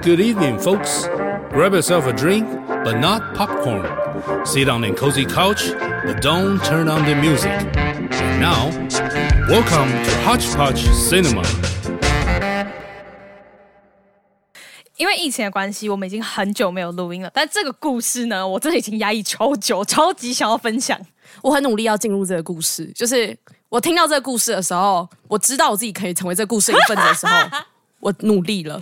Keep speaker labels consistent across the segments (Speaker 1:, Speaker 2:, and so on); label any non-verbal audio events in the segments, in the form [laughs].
Speaker 1: Good evening, folks. Grab yourself a drink, but not popcorn. Sit on a cozy couch, but don't turn on the music. And now, welcome to Hodgepodge Cinema.
Speaker 2: 因为疫情的关系，我们已经很久没有录音了。但这个故事呢，我真的已经压抑超久，超级想要分享。
Speaker 3: 我很努力要进入这个故事，就是我听到这个故事的时候，我知道我自己可以成为这个故事一份子的时候，
Speaker 2: [laughs]
Speaker 3: 我努力了。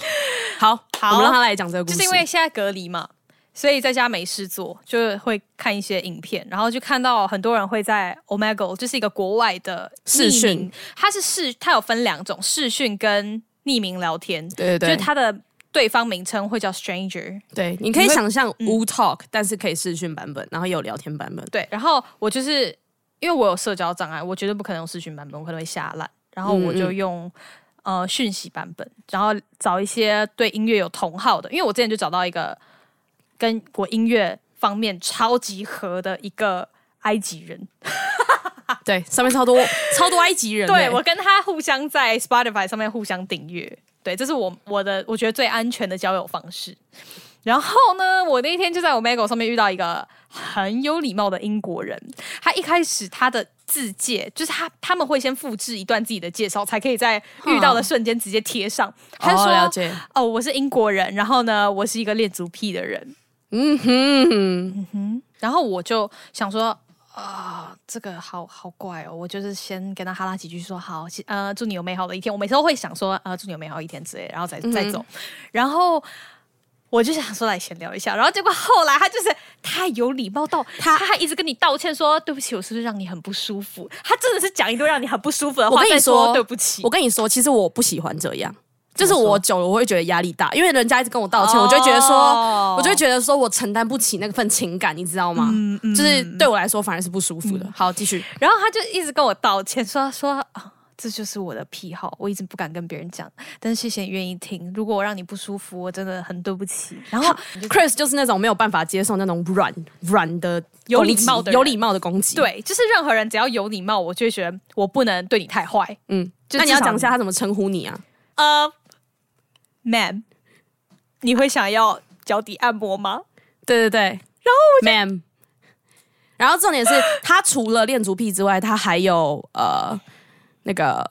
Speaker 3: 好，
Speaker 2: 好
Speaker 3: 我们让他来讲这个故
Speaker 2: 就是
Speaker 3: 事。
Speaker 2: 因为现在隔离嘛，所以在家没事做，就会看一些影片，然后就看到很多人会在 Omegle，就是一个国外的
Speaker 3: 视讯
Speaker 2: 匿名，它是视，它有分两种，视讯跟匿名聊天，
Speaker 3: 对对对
Speaker 2: 就是它的对方名称会叫 Stranger，
Speaker 3: 对，你可以
Speaker 2: 你会嗯
Speaker 3: 想象无 talk，、但是可以视讯版本，然后也有聊天版本。
Speaker 2: 对，然后我就是因为我有社交障碍，我绝对不可能用视讯版本，我可能会下烂。然后我就用、呃讯息版本，然后找一些对音乐有同好的，因为我之前就找到一个跟我音乐方面超级合的一个埃及人，
Speaker 3: 对，上面超多 [laughs] 超多埃及人欸、
Speaker 2: 对我跟他互相在 Spotify 上面互相订阅，对，这是我我的我觉得最安全的交友方式。然后呢，我那一天就在 Omegle 上面遇到一个很有礼貌的英国人，他一开始他的自介就是他他们会先复制一段自己的介绍，才可以在遇到的瞬间直接贴上。他就
Speaker 3: 哦
Speaker 2: 说：“
Speaker 3: 了解
Speaker 2: 哦，我是英国人，然后呢，我是一个恋足癖的人。”嗯
Speaker 3: 嗯哼，
Speaker 2: 然后我就想说啊，这个好好怪哦，我就是先跟他哈拉几句说好，谢呃，祝你有美好的一天。我每次都会想说呃，祝你有美好一天之类的，然后再、
Speaker 3: 嗯
Speaker 2: 再走。然后我就想说来闲聊一下，然后结果后来他就是太有礼貌到他还一直跟你道歉说对不起，我是不是让你很不舒服？他真的是讲一堆让你很不舒服的
Speaker 3: 我
Speaker 2: 话，
Speaker 3: 跟你
Speaker 2: 再
Speaker 3: 说，
Speaker 2: 对不起
Speaker 3: 我。跟你说，其实我不喜欢这样。就是
Speaker 2: 么说
Speaker 3: 我久了，我会觉得压力大，因为人家一直跟我道歉，
Speaker 2: 哦
Speaker 3: 我就会觉得说，我就会觉得说我承担不起那份情感，你知道吗？
Speaker 2: 嗯
Speaker 3: 就是对我来说反而是不舒服的。好，继续。
Speaker 2: 然后他就一直跟我道歉，说说啊，这就是我的癖好，我一直不敢跟别人讲，但是谢谢你愿意听。如果我让你不舒服，我真的很对不起。然后
Speaker 3: Chris 就是那种没有办法接受那种软软的攻击
Speaker 2: 有礼貌的人
Speaker 3: 有礼貌的攻击。，
Speaker 2: 对，就是任何人只要有礼貌，我就会觉得我不能对你太坏。
Speaker 3: 嗯，
Speaker 2: 就
Speaker 3: 那你要
Speaker 2: 至少
Speaker 3: 讲一下他怎么称呼你啊？
Speaker 2: 呃，ma'am，你会想要脚底按摩吗？
Speaker 3: 对对对，然后 ma'am，然后重 [gasps] 点是他除了恋足癖之外，他还有呃那个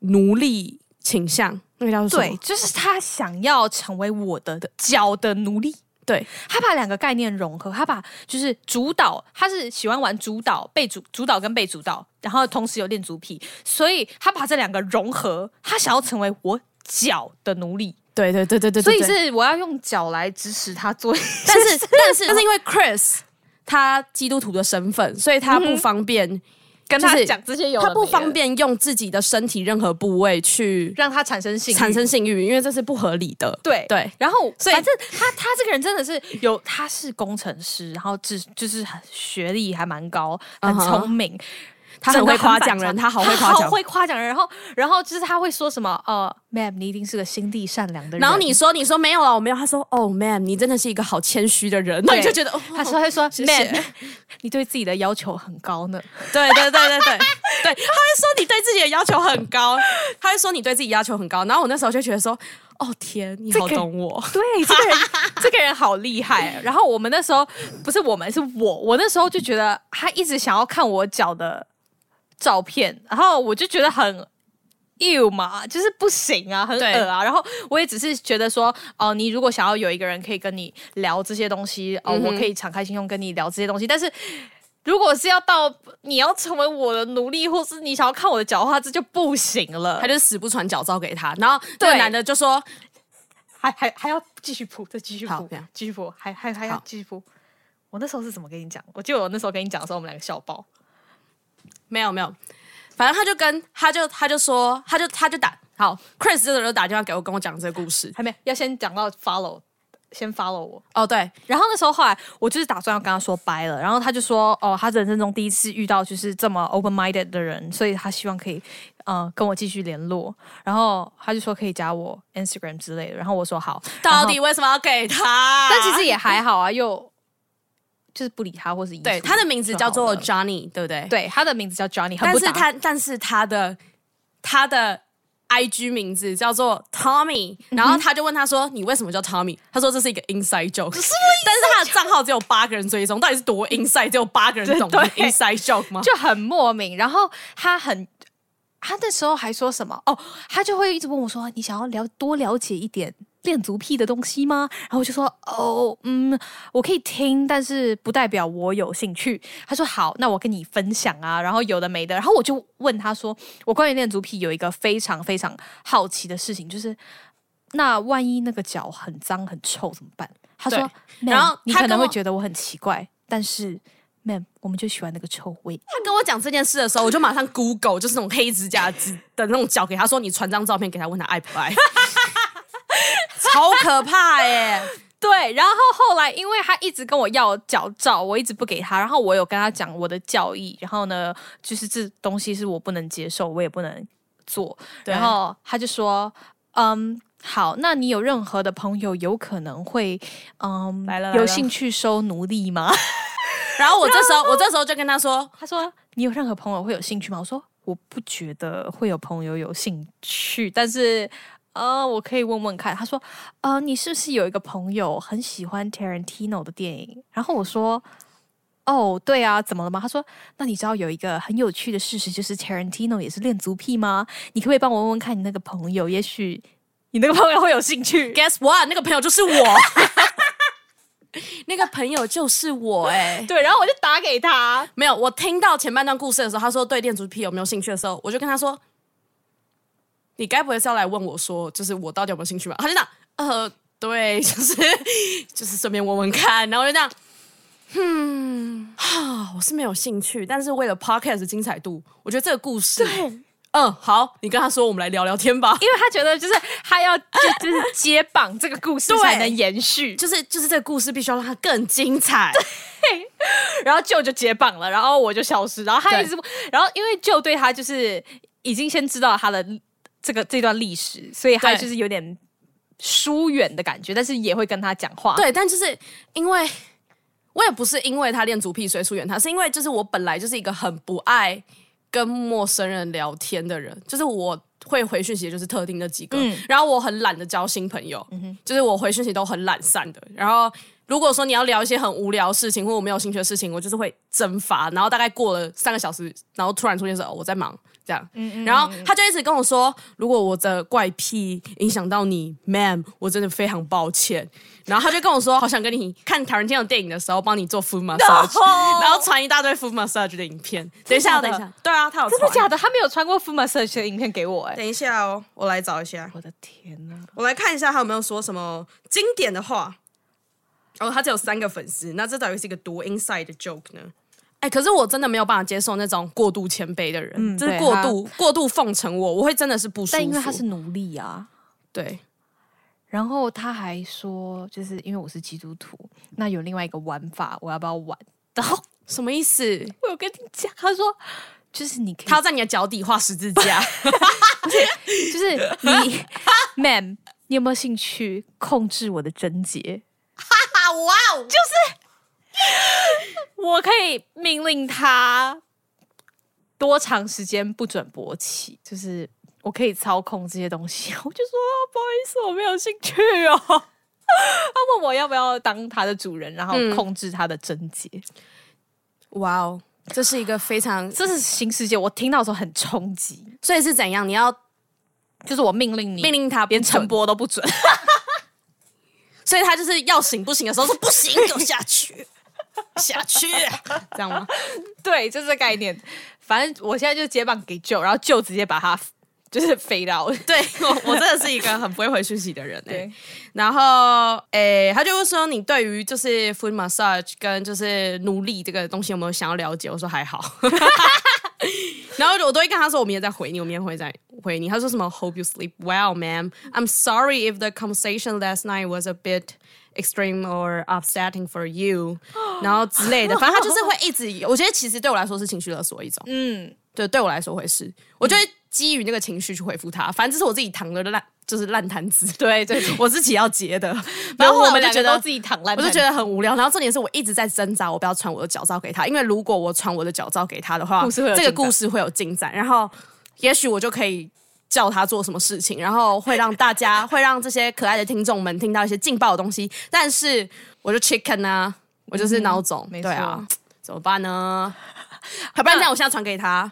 Speaker 3: 奴隶倾向，那个叫做什
Speaker 2: 对
Speaker 3: 么，？
Speaker 2: 就是他想要成为我的脚的奴隶。
Speaker 3: 对
Speaker 2: 他把两个概念融合，他把就是主导，他是喜欢玩主导、被主主导跟被主导，然后同时有恋足癖，所以他把这两个融合，他想要成为我脚的奴隶，
Speaker 3: 对对对对对，对
Speaker 2: 所以
Speaker 3: 对
Speaker 2: 是我要用脚来指使他做一些事。
Speaker 3: 但
Speaker 2: [laughs]
Speaker 3: 是 [laughs] 但是但是因为 Chris 他基督徒的身份，所以他不方便、
Speaker 2: 跟
Speaker 3: 就
Speaker 2: 他
Speaker 3: 是
Speaker 2: 讲这些有的
Speaker 3: 嗯他不
Speaker 2: 没的
Speaker 3: 方便用自己的身体任何部位去
Speaker 2: 让他产生性欲
Speaker 3: 产生性欲，因为这是不合理的。
Speaker 2: 对
Speaker 3: 对
Speaker 2: 然后
Speaker 3: 所以
Speaker 2: 反正他他这个人真的是有，他是工程师，然后只就是很学历还蛮高，很
Speaker 3: 嗯哼
Speaker 2: 聪明
Speaker 3: 他很
Speaker 2: 整个
Speaker 3: 会夸奖
Speaker 2: 反
Speaker 3: 人
Speaker 2: 差
Speaker 3: 他好会夸奖
Speaker 2: 好会夸奖人。然后，然后就是他会说什么？呃，ma'am，你一定是个心地善良的人。
Speaker 3: 然后你说你说没有了，我没有。他说哦，ma'am，你真的是一个好谦虚的人。那你就觉得哦，
Speaker 2: 他说他会说
Speaker 3: [laughs] 谢谢
Speaker 2: ma'am，你对自己的要求很高呢。
Speaker 3: [laughs] 对对对对对对，他会说你对自己的要求很高，他会说你对自己要求很高。然后我那时候就觉得说，哦天，你好
Speaker 2: 这个
Speaker 3: 懂我。
Speaker 2: 对，这个人 [laughs] 这个人好厉害。然后我们那时候不是我们是我，我那时候就觉得他一直想要看我脚的照片，然后我就觉得很。you 嘛，就是不行啊，很
Speaker 3: 对
Speaker 2: 恶啊。然后我也只是觉得说，哦、你如果想要有一个人可以跟你聊这些东西，哦、我可以敞开心胸跟你聊这些东西。但是如果是要到你要成为我的奴隶，或是你想要看我的脚的话，这就不行了
Speaker 3: 他。就死不传脚照给他，然后这个
Speaker 2: 对
Speaker 3: 男的就说
Speaker 2: 还还还要继续铺，再继续
Speaker 3: 好
Speaker 2: 铺
Speaker 3: 这样，
Speaker 2: 继续铺，还还还要
Speaker 3: 好
Speaker 2: 继续铺。我那时候是怎么跟你讲？我记得我那时候跟你讲的时候，我们两个笑爆。
Speaker 3: 没有没有，反正他就跟他就他就说他就他就打好，Chris 这个人就打电话给我跟我讲这个故事。
Speaker 2: 还没要先讲到 follow，先 follow 我。
Speaker 3: 哦对，
Speaker 2: 然后那时候后来我就是打算要跟他说掰了，然后他就说哦，他人生中第一次遇到就是这么 open minded 的人，所以他希望可以呃跟我继续联络。然后他就说可以加我 Instagram 之类的，然后我说好。然
Speaker 3: 到
Speaker 2: 后
Speaker 3: 底为什么要给他？
Speaker 2: 但其实也还好啊，又就是不理他或是移
Speaker 3: 对
Speaker 2: 除
Speaker 3: 他的名字叫
Speaker 2: 就好
Speaker 3: 做
Speaker 2: 了
Speaker 3: Johnny，对不对？
Speaker 2: 对他的名字叫 Johnny，很
Speaker 3: 但
Speaker 2: 不
Speaker 3: 是
Speaker 2: 搭
Speaker 3: 他但是他的他的 IG 名字叫做 Tommy，然后他就问他说：“你为什么叫 Tommy？” 他说：“这是一个 inside joke。”但是他的账号只有八个人追踪，到底是多 inside？只有八个人懂
Speaker 2: 对对
Speaker 3: inside joke 吗？
Speaker 2: 就很莫名。然后他很，他那时候还说什么哦，他就会一直问我说：“你想要了多了解一点恋足癖的东西吗？”然后我就说：“哦，嗯，我可以听，但是不代表我有兴趣。”他说：“好，那我跟你分享啊。”然后有的没的，然后我就问他说：“我关于恋足癖有一个非常非常好奇的事情，就是那万一那个脚很脏很臭怎么办？”他说
Speaker 3: 对：“
Speaker 2: 然
Speaker 3: 然
Speaker 2: 后
Speaker 3: 后
Speaker 2: 你
Speaker 3: 他
Speaker 2: 可能
Speaker 3: 跟
Speaker 2: 会
Speaker 3: 我
Speaker 2: 觉得我很奇怪，但是。” ma'am，我们就喜欢那个臭味。
Speaker 3: 他跟我讲这件事的时候，我就马上 Google 就是那种黑指甲指的那种脚给他说：“你传张照片给他，问他爱不爱。” [laughs] 超可怕耶！
Speaker 2: 对，然后后来因为他一直跟我要脚照，我一直不给他，然后我有跟他讲我的教义，然后呢，就是这东西是我不能接受，我也不能做，
Speaker 3: 对
Speaker 2: 然后他就说，嗯。好，那你有任何的朋友有可能会，嗯，
Speaker 3: 来了来
Speaker 2: 有
Speaker 3: 了
Speaker 2: 兴趣收奴隶吗？
Speaker 3: 然后我这时候，我这时候就跟他说
Speaker 2: 他说你有任何朋友会有兴趣吗？我说我不觉得会有朋友有兴趣，但是呃，我可以问问看。他说呃，你是不是有一个朋友很喜欢 Tarantino 的电影？然后我说。哦，对啊，怎么了吗？他说：“那你知道有一个很有趣的事实，就是 Tarantino 也是恋足癖吗？你可不可以帮我问问看你那个朋友？也许你那个朋友会有兴
Speaker 3: [laughs]
Speaker 2: 趣。
Speaker 3: ：“Guess what？那个朋友就是我， [laughs] 那个朋友就是我。”哎，
Speaker 2: 对，然后我就打给他，
Speaker 3: 没有，我听到前半段故事的时候，他说对恋足癖有没有兴趣的时候，我就跟他说：“你该不会是要来问我说，就是我到底有没有兴趣吧？”他就这样，呃，对， [laughs] 就是就是顺便问问看，然后我就这样，嗯，啊，我是没有兴趣，但是为了 podcast 的精彩度，我觉得这个故事，对，嗯，好，你跟他说，我们来聊聊天吧。 [laughs]
Speaker 2: 因为他觉得就是他要就就是接棒这个故事
Speaker 3: 对
Speaker 2: 才能延续，
Speaker 3: 就是就是这个故事必须要让它更精彩，
Speaker 2: 然后舅就解绑了，然后我就消失，然后他
Speaker 3: 对
Speaker 2: 一直，然后因为舅对他就是已经先知道他的这个这段历史，所以他
Speaker 3: 对
Speaker 2: 就是有点疏远的感觉，但是也会跟他讲话。，
Speaker 3: 对，但就是因为我也不是因为他恋足癖所以疏远他，是因为就是我本来就是一个很不爱跟陌生人聊天的人，就是我会回讯息就是特定的几个，然后我很懒得交新朋友，就是我回讯息都很懒散的，然后。如果说你要聊一些很无聊的事情，或我没有兴趣的事情，我就是会蒸发，然后大概过了三个小时，然后突然出现说、哦、我在忙这样，然后他就一直跟我说，如果我的怪癖影响到你，ma'am，我真的非常抱歉。然后他就跟我说，好想跟你看《唐人街》的电影的时候帮你做 food massage，、然后传一大堆 food massage 的影片。等一下，
Speaker 2: 真
Speaker 3: 等
Speaker 2: 的
Speaker 3: 一
Speaker 2: 假的
Speaker 3: 下，对啊，他有
Speaker 2: 真的
Speaker 3: 传
Speaker 2: 假的？他没有传过 f u m a s e 的影片给我、哎，
Speaker 4: 等一下哦，我来找一下，
Speaker 2: 我的天哪！
Speaker 4: 我来看一下他有没有说什么经典的话。哦，他只有三个粉丝，那这到底是一个多 inside 的 joke 呢？
Speaker 3: 哎、可是我真的没有办法接受那种过度谦卑的人，
Speaker 2: 嗯
Speaker 3: 就是
Speaker 2: 对
Speaker 3: 过度过度奉承我，我会真的是不舒服。
Speaker 2: 但因为他是奴隶啊，
Speaker 3: 对，
Speaker 2: 然后他还说，就是因为我是基督徒，那有另外一个玩法，我要不要玩？ [laughs] 然后
Speaker 3: 什么意思？
Speaker 2: 我有跟你讲，他说就是你可以
Speaker 3: [laughs] 他要在你的脚底画十字架，
Speaker 2: 就是你，ma'am，你有没有兴趣控制我的贞洁？
Speaker 4: 啊，哇哦！
Speaker 2: 我可以命令他多长时间不准勃起，就是我可以操控这些东西。 [laughs] 我就说哦不好意思，我没有兴趣哦。 [laughs] 他问我要不要当他的主人，然后控制他的贞洁。
Speaker 3: [laughs] 哇哦，这是一个非常，
Speaker 2: 这是新世界，我听到的时候很冲击，
Speaker 3: [laughs] 所以是怎样？你要
Speaker 2: 就是我命令你，
Speaker 3: 命令他不
Speaker 2: 连
Speaker 3: 准
Speaker 2: 陈波都
Speaker 3: [laughs]
Speaker 2: 不准。
Speaker 3: 所以他就是要醒不醒的时候说不行，给我下去，下 [laughs] 去，这样吗？
Speaker 2: 对，就是这概念。反正我现在就接棒给舅，然后舅直接把他就是飞到。
Speaker 3: 对 [laughs] 我，我真的是一个很不会回讯息的人哎、
Speaker 2: 对
Speaker 3: 然后诶、他就会说你对于就是 food massage 跟就是奴隶这个东西有没有想要了解？我说还好。 [laughs] 然后我都会跟他说，我明天再回你，我明天会再回你。他说什么？Hope you sleep well, ma'am. I'm sorry if the conversation last night was a bit extreme or upsetting for you，然 [gasps] 后之类的。反正他就是会一直，我觉得其实对我来说是情绪勒索一种。对，对我来说会是，我
Speaker 2: 嗯
Speaker 3: 就会基于那个情绪去回复他。反正这是我自己躺的烂，就是烂摊子。对对，我自己要结的。然后后来
Speaker 2: 我们
Speaker 3: 就
Speaker 2: 两
Speaker 3: 觉
Speaker 2: 个
Speaker 3: 得
Speaker 2: 都自。己躺烂，
Speaker 3: 我就觉得很无聊，然后重点是我一直在挣扎，我不要传我的脚照给他，因为如果我传我的脚照给他的话，
Speaker 2: 故事会有
Speaker 3: 这个
Speaker 2: 进展
Speaker 3: 故事会有进展，然后也许我就可以叫他做什么事情，然后会让大家会让这些可爱的听众们听到一些劲爆的东西。但是我就 chicken 啊，我就是孬种，
Speaker 2: 嗯没
Speaker 3: 对啊，怎么办
Speaker 2: [laughs]
Speaker 3: 呢？
Speaker 2: 好
Speaker 3: 不然这样，我现在传给他。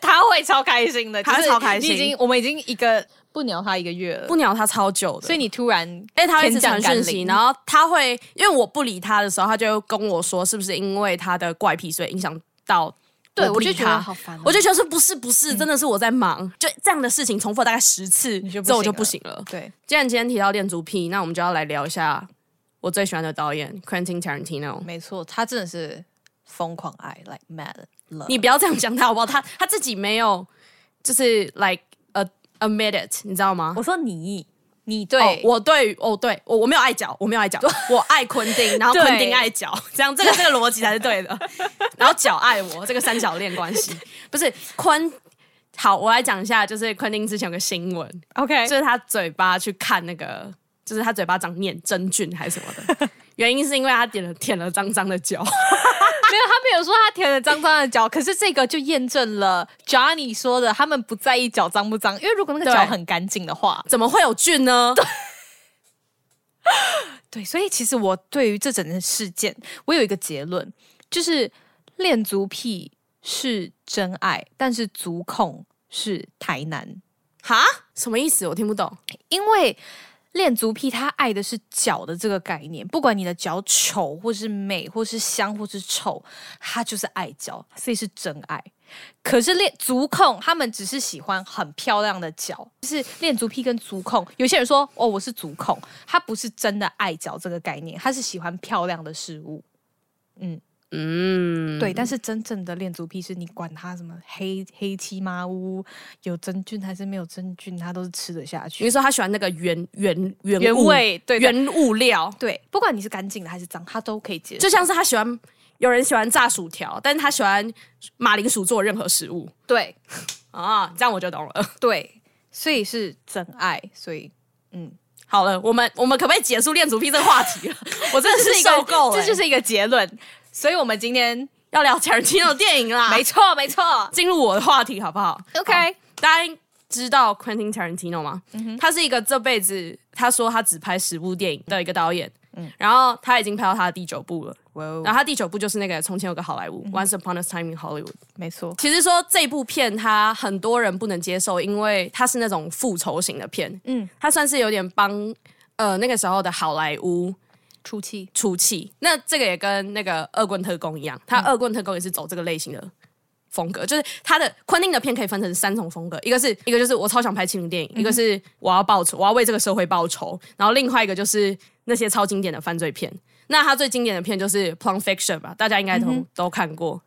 Speaker 2: 他会超开心的，
Speaker 3: 他会
Speaker 2: 就是
Speaker 3: 超开心
Speaker 2: 你已经，我们已经一个不鸟他一个月了，
Speaker 3: 不鸟他超久的，
Speaker 2: 所以你突然，
Speaker 3: 哎，他会一直
Speaker 2: 天
Speaker 3: 传
Speaker 2: 降甘
Speaker 3: 讯
Speaker 2: 霖
Speaker 3: 息，然后他会因为我不理他的时候，他就会跟我说是不是因为他的怪癖，所以影响到。
Speaker 2: 对
Speaker 3: 我不
Speaker 2: 我就
Speaker 3: 理
Speaker 2: 觉得
Speaker 3: 他
Speaker 2: 好烦哦嗯
Speaker 3: 我就觉得说不是不是，真的是我在忙，就这样的事情重复了大概十次，
Speaker 2: 你就不
Speaker 3: 之后我
Speaker 2: 行
Speaker 3: 就不
Speaker 2: 了
Speaker 3: 行了。
Speaker 2: 对，
Speaker 3: 既然今天提到恋足癖，那我们就要来聊一下我最喜欢的导演 Quentin Tarantino。
Speaker 2: 没错，他真的是疯狂爱，like mad love。
Speaker 3: 你不要这样讲他好不好？他他自己没有，就是 like a admit it，你知道吗？
Speaker 2: 我说你，你
Speaker 3: 哦
Speaker 2: 对、，
Speaker 3: 我对哦，对我我没有爱脚，我没有爱脚，我爱昆汀，然后
Speaker 2: 对
Speaker 3: 昆汀爱脚，这样这个这个逻辑才是
Speaker 2: [laughs]
Speaker 3: 对的。然后脚爱我，这个三角恋关系不是昆。好，我来讲一下，就是昆汀之前有个新闻，
Speaker 2: OK，
Speaker 3: 就是他嘴巴去看那个，就是他嘴巴长念真菌还是什么
Speaker 2: [laughs]
Speaker 3: 的，原因是因为他点了舔了脏脏的脚。
Speaker 2: 没有，他没有说他舔了脏脏的脚，可是这个就验证了 Johnny 说的，他们不在意脚脏不脏，因为如果那个
Speaker 3: 对
Speaker 2: 脚很干净的话，
Speaker 3: 怎么会有菌呢？
Speaker 2: 对，所以其实我对于这整件事件，我有一个结论，就是恋足癖是真爱，但是足控是台南，
Speaker 3: 哈，什么意思？我听不懂。
Speaker 2: 因为恋足癖他爱的是脚的这个概念，不管你的脚丑或是美，或是香或是臭，他就是爱脚，所以是真爱。可是恋足控他们只是喜欢很漂亮的脚，就是恋足癖跟足控。有些人说哦，我是足控，他不是真的爱脚这个概念，他是喜欢漂亮的事物。
Speaker 3: 嗯，
Speaker 2: 对，但是真正的恋足癖是你管它什么黑黑漆麻乌有真菌还是没有真菌，它都是吃得下去
Speaker 3: 你。说他喜欢那个原原原
Speaker 2: 原
Speaker 3: 物
Speaker 2: 味对对
Speaker 3: 原物料，
Speaker 2: 对，不管你是干净的还是脏，他都可以接受。
Speaker 3: 就像是他喜欢有人喜欢炸薯条，但是他喜欢马铃薯做任何食物
Speaker 2: 对
Speaker 3: 啊，这样我就懂了。
Speaker 2: 对，所以是真爱，所以
Speaker 3: 好了，我们我们可不可以结束恋足癖这个话题了？我真的
Speaker 2: 这
Speaker 3: 是
Speaker 2: 是一个
Speaker 3: 受够了、欸
Speaker 2: 这就是一个结论。所以我们今天、
Speaker 3: 要聊 Tarantino 的电影啦，
Speaker 2: 没错没错
Speaker 3: 进入我的话题好不好？
Speaker 2: ，OK，
Speaker 3: 大家知道 Quentin Tarantino 吗？
Speaker 2: 嗯
Speaker 3: 他是一个这辈子他说他只拍十部电影的一个导演，
Speaker 2: 嗯
Speaker 3: 然后他已经拍到他的第九部了。
Speaker 2: 哇哦
Speaker 3: 然后他第九部就是那个《从前有个好莱坞》（Once Upon a Time in Hollywood）。
Speaker 2: 没错，
Speaker 3: 其实说这部片，他很多人不能接受，因为它是那种复仇型的片。嗯，他算是有点帮呃那个时候的好莱坞
Speaker 2: 出气
Speaker 3: 出气。那这个也跟那个《恶棍特工》一样，他《恶棍特工》也是走这个类型的风格，就是他的昆汀的片可以分成三种风格，一个是一个就是我超想拍亲情电影，一个是我要报仇，我要为这个社会报仇，然后另外一个就是那些超经典的犯罪片。那他最经典的片就是《Plum Fiction》吧，大家应该都、都看过，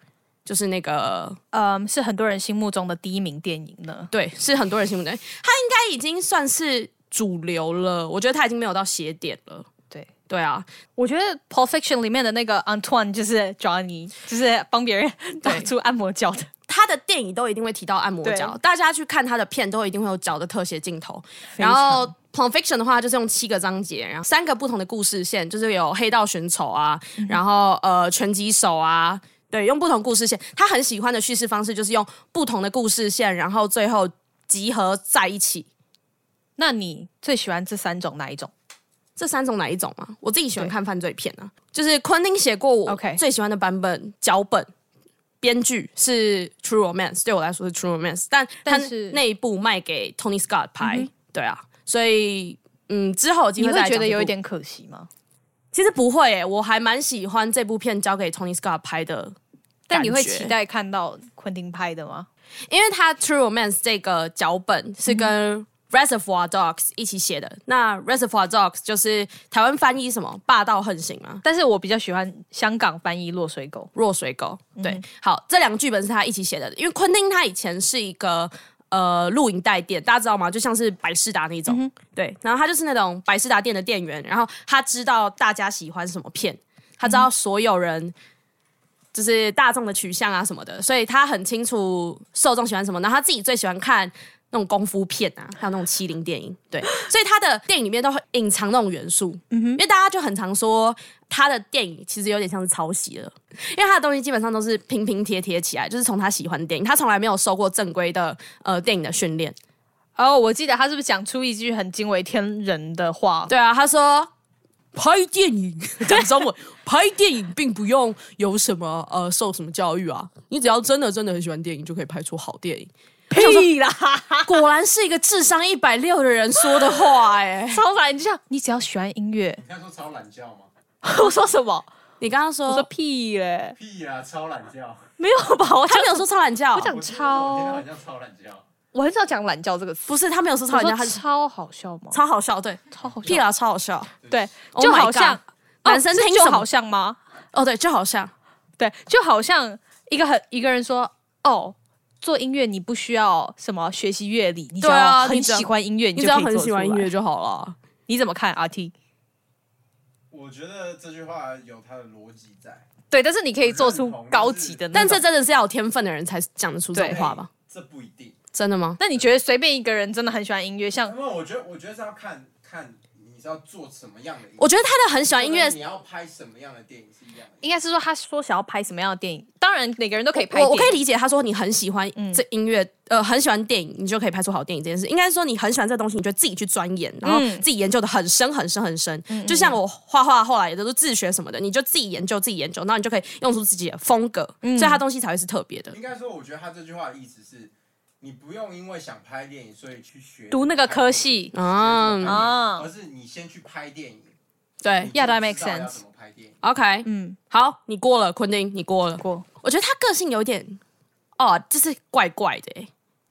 Speaker 3: 就是那个
Speaker 2: 嗯，是很多人心目中的第一名电影呢。
Speaker 3: 对，是很多人心目中，他应该已经算是主流了，我觉得他已经没有到邪点了。
Speaker 2: 对，
Speaker 3: 对啊，
Speaker 2: 我觉得《Pulp Fiction》里面的那个 Antoine 就是 Johnny，就是帮别人打出按摩脚的。
Speaker 3: 他的电影都一定会提到按摩脚，
Speaker 2: 对
Speaker 3: 大家去看他的片都一定会有脚的特写镜头。然
Speaker 2: 常
Speaker 3: 后《Plum Fiction》的话，就是用七个章节，然后三个不同的故事线，就是有黑道选手啊，
Speaker 2: 嗯
Speaker 3: 然后呃拳击手啊，对，用不同故事线。他很喜欢的叙事方式就是用不同的故事线，然后最后集合在一起。
Speaker 2: [laughs] 那你最喜欢这三种哪一种？
Speaker 3: 这三种哪一种吗？我自己喜欢
Speaker 2: 对
Speaker 3: 看犯罪片啊，就是昆汀写过我
Speaker 2: OK
Speaker 3: 最喜欢的版本脚本。编剧是 True Romance，对我来说是 True Romance，但
Speaker 2: 但
Speaker 3: 他
Speaker 2: 是嗯
Speaker 3: 那一部卖给 Tony Scott 拍，对啊，所以嗯，之后有机
Speaker 2: 你
Speaker 3: 会
Speaker 2: 会
Speaker 3: 再来
Speaker 2: 觉
Speaker 3: 讲
Speaker 2: 得
Speaker 3: 这
Speaker 2: 有一
Speaker 3: 部，
Speaker 2: 点可惜吗？
Speaker 3: 其实不会、欸，我还蛮喜欢这部片交给 Tony Scott 拍的，
Speaker 2: 但你会期，待看到昆汀拍的吗？
Speaker 3: 因为他 True Romance 这个脚本是
Speaker 2: 嗯
Speaker 3: 跟 Reservoir Dogs 一起写的，那 Reservoir Dogs 就是台湾翻译什么霸道横行吗？
Speaker 2: 但是我比较喜欢香港翻译《落水狗
Speaker 3: 弱水狗。对，好，这两个剧本是他一起写的，因为昆汀他以前是一个。呃，露营带店，大家知道吗？就像是百事达那种，对。然后他就是那种百事达店的店员，然后他知道大家喜欢什么片，他知道所有人就是大众的取向啊什么的，所以他很清楚受众喜欢什么。然后他自己最喜欢看那种功夫片啊，还有那种欺凌电影，对。所以他的电影里面都会隐藏那种元素，因为大家就很常说他的电影其实有点像是抄袭了。因为他的东西基本上都是拼拼贴贴起来，就是从他喜欢的电影，他从来没有受过正规的呃电影的训练，
Speaker 2: 哦，我记得他是不是讲出一句很惊为天人的话？
Speaker 3: 对啊，他说拍电影讲中文，拍电影并不用有什么呃受什么教育啊，你只要真的真的很喜欢电影，就可以拍出好电影。
Speaker 2: [laughs] 屁啦，
Speaker 3: 果然是一个智商一百六的人说的话哎、
Speaker 2: 超懒！你就像你只要喜欢音 [laughs] 乐，
Speaker 5: 你刚说超懒觉吗？
Speaker 2: 我说什么？
Speaker 3: 你刚刚
Speaker 2: 我
Speaker 3: 说哦
Speaker 2: 说屁嘞，
Speaker 5: 屁啊，超懒觉！
Speaker 2: 哦没有吧？我讲
Speaker 3: 他没有说超懒觉
Speaker 2: 我，讲
Speaker 5: 我觉得我听到
Speaker 2: 超
Speaker 5: 好，像超懒觉。
Speaker 2: 我很少讲懒觉这个词。
Speaker 3: 不是他没有说超
Speaker 2: 我
Speaker 3: 懒觉，
Speaker 2: 说
Speaker 3: 他是
Speaker 2: 超好笑吗？
Speaker 3: 超好笑，对，
Speaker 2: 超好
Speaker 3: 屁
Speaker 2: 笑，
Speaker 3: 啦，超好笑。
Speaker 2: 对，
Speaker 3: Oh
Speaker 2: 就
Speaker 3: my
Speaker 2: 好像
Speaker 3: God 男生
Speaker 2: 哦是
Speaker 3: 听
Speaker 2: 就
Speaker 3: 什么
Speaker 2: 好像吗？
Speaker 3: 哦，对，就好像
Speaker 2: 对，就好像一个很一个人说哦。做音乐你不需要什么学习乐理，你只
Speaker 3: 对啊
Speaker 2: 要很
Speaker 3: 你只要
Speaker 2: 喜欢音乐，
Speaker 3: 你
Speaker 2: 你
Speaker 3: 只
Speaker 2: 就
Speaker 3: 要
Speaker 2: 可以
Speaker 3: 很
Speaker 2: 做
Speaker 3: 喜欢
Speaker 2: 出
Speaker 3: 音
Speaker 2: 来
Speaker 3: 乐。就好了。
Speaker 2: 你怎么看？RT
Speaker 5: 我觉得这句话有它的逻辑在，
Speaker 2: 对，但是你可以做出
Speaker 5: 认同
Speaker 2: 高
Speaker 5: 但是
Speaker 2: 级的那
Speaker 3: 但
Speaker 2: 种，
Speaker 3: 这真的是要有天分的人才讲得出这种
Speaker 2: 对
Speaker 3: 话吧？
Speaker 5: 哎这不一定，
Speaker 3: 真的吗？
Speaker 2: 那你觉得随便一个人真的很喜欢音乐，像
Speaker 5: 因为我觉得，我觉得是要看看你是要做什么样的音乐，
Speaker 3: 我觉得他的很喜欢音乐
Speaker 5: 或者你要拍什么样的电影是一样的。
Speaker 2: 应该是说他说想要拍什么样的电影？当然每个人都可以拍
Speaker 3: 我我可以
Speaker 2: 以
Speaker 3: 理解他说你很喜欢这音乐，呃，很喜欢电影，你就可以拍出好电影这件事。应该是说你很喜欢这东西，你就自己去钻研，然后
Speaker 2: 嗯
Speaker 3: 自己研究的很深很深很深。就像我画画后来也都是自学什么的，你就自己研究自己研究，然后你就可以用出自己的风格，所以他东西才会是特别的。
Speaker 5: 应该说，我觉得他这句话的意思是，你不用因为想拍电影，所以去学
Speaker 2: 读那个科，系
Speaker 3: 嗯，
Speaker 2: 啊
Speaker 5: 而，是你先去拍电影，
Speaker 3: 对
Speaker 2: 哎呀 that
Speaker 5: 你就
Speaker 2: makes
Speaker 5: 知道要
Speaker 2: sense
Speaker 5: 怎么拍电影？
Speaker 3: ，OK，
Speaker 2: 嗯，
Speaker 3: 好，你过了，昆汀，你过了。
Speaker 2: 过
Speaker 3: 我觉得他个性有点，哦，就是怪怪的欸。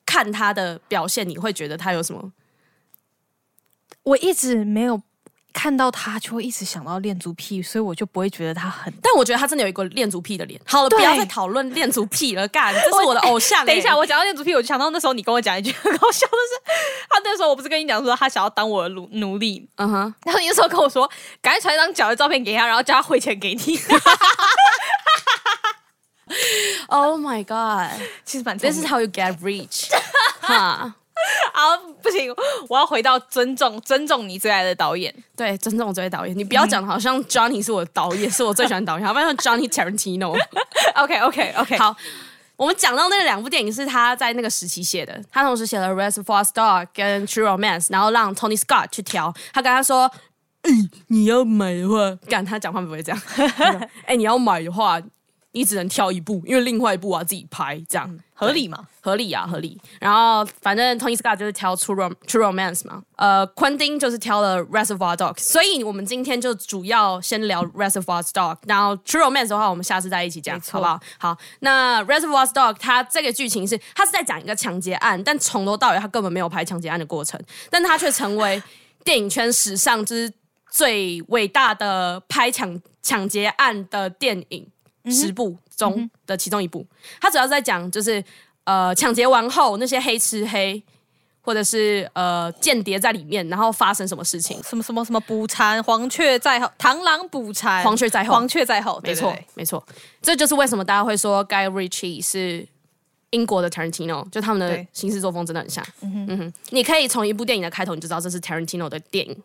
Speaker 3: 看他的表现，你会觉得他有什么？
Speaker 2: 我一直没有看到他，就会一直想到恋足癖，所以我就不会觉得他很。
Speaker 3: 但我觉得他真的有一个恋足癖的脸。好了，
Speaker 2: 对
Speaker 3: 不要再讨论恋足癖了， [laughs] 干，这是我的偶像
Speaker 2: [laughs]
Speaker 3: 欸。
Speaker 2: 等一下，
Speaker 3: [laughs]
Speaker 2: 我讲到恋足癖，我就想到那时候你跟我讲一句很搞笑的是，他那时候我不是跟你讲说他想要当我的奴奴隶， [laughs]
Speaker 3: 嗯哼，
Speaker 2: 然后你那时候跟我说，赶快传一张脚的照片给他，然后叫他汇钱给你， [laughs]
Speaker 3: ，Oh my god，
Speaker 2: 其实蛮聪 [laughs]
Speaker 3: this
Speaker 2: 明
Speaker 3: is
Speaker 2: 的
Speaker 3: how you get rich [laughs] 哈，
Speaker 2: 啊，不行，我要回到尊重尊重你最爱的导 [laughs] 演。
Speaker 3: 对，尊重我最爱导演，你不要讲的好像 Johnny 是我的导演，是我最喜欢的导演，好不然像 Johnny Tarantino。
Speaker 2: OK OK OK，
Speaker 3: 好，我们讲到那两部电影是他在那个时期写的，他同时写了《Reservoir Dog》跟《True Romance》，然后让 Tony Scott 去挑。他跟他说：“哎、你要买的话，干他讲话不会这 [laughs] 样。他说哎、你要买的话，你只能挑一部，因为另外一部我要自己拍，这样、
Speaker 2: 合理嘛？
Speaker 3: 嗯合理啊，合理。然后反正 Tony Scott 就是挑 True Rom True Romance 嘛，呃，昆汀就是挑了 Reservoir Dog，所以我们今天就主要先聊 Reservoir Dog，然后 True Romance 的话，我们下次再一起讲，
Speaker 2: 没错
Speaker 3: 好不好？好，那 Reservoir Dog 它这个剧情是它是在讲一个强劫案，但从头到尾它根本没有拍强劫案的过程，但它却成
Speaker 2: [laughs]
Speaker 3: 为电影圈史上之最伟大的拍抢抢劫案的电影十部中的其中一部。它主要是在讲就是呃抢劫完后那些黑吃黑，或者是呃间谍在里面，然后发生什么事情。
Speaker 2: 什么什么什么补偿，黄雀在后，螳螂补偿，
Speaker 3: 黄雀在后
Speaker 2: 黄雀在后，
Speaker 3: 没
Speaker 2: 对
Speaker 3: 错，没错，这就是为什么大家会说 Guy Ritchie 是英国的 Tarantino，就他们的
Speaker 2: 对
Speaker 3: 行事作风真的很像。嗯哼，你可以从一部电影的开头你就知道这是 Tarantino 的电影。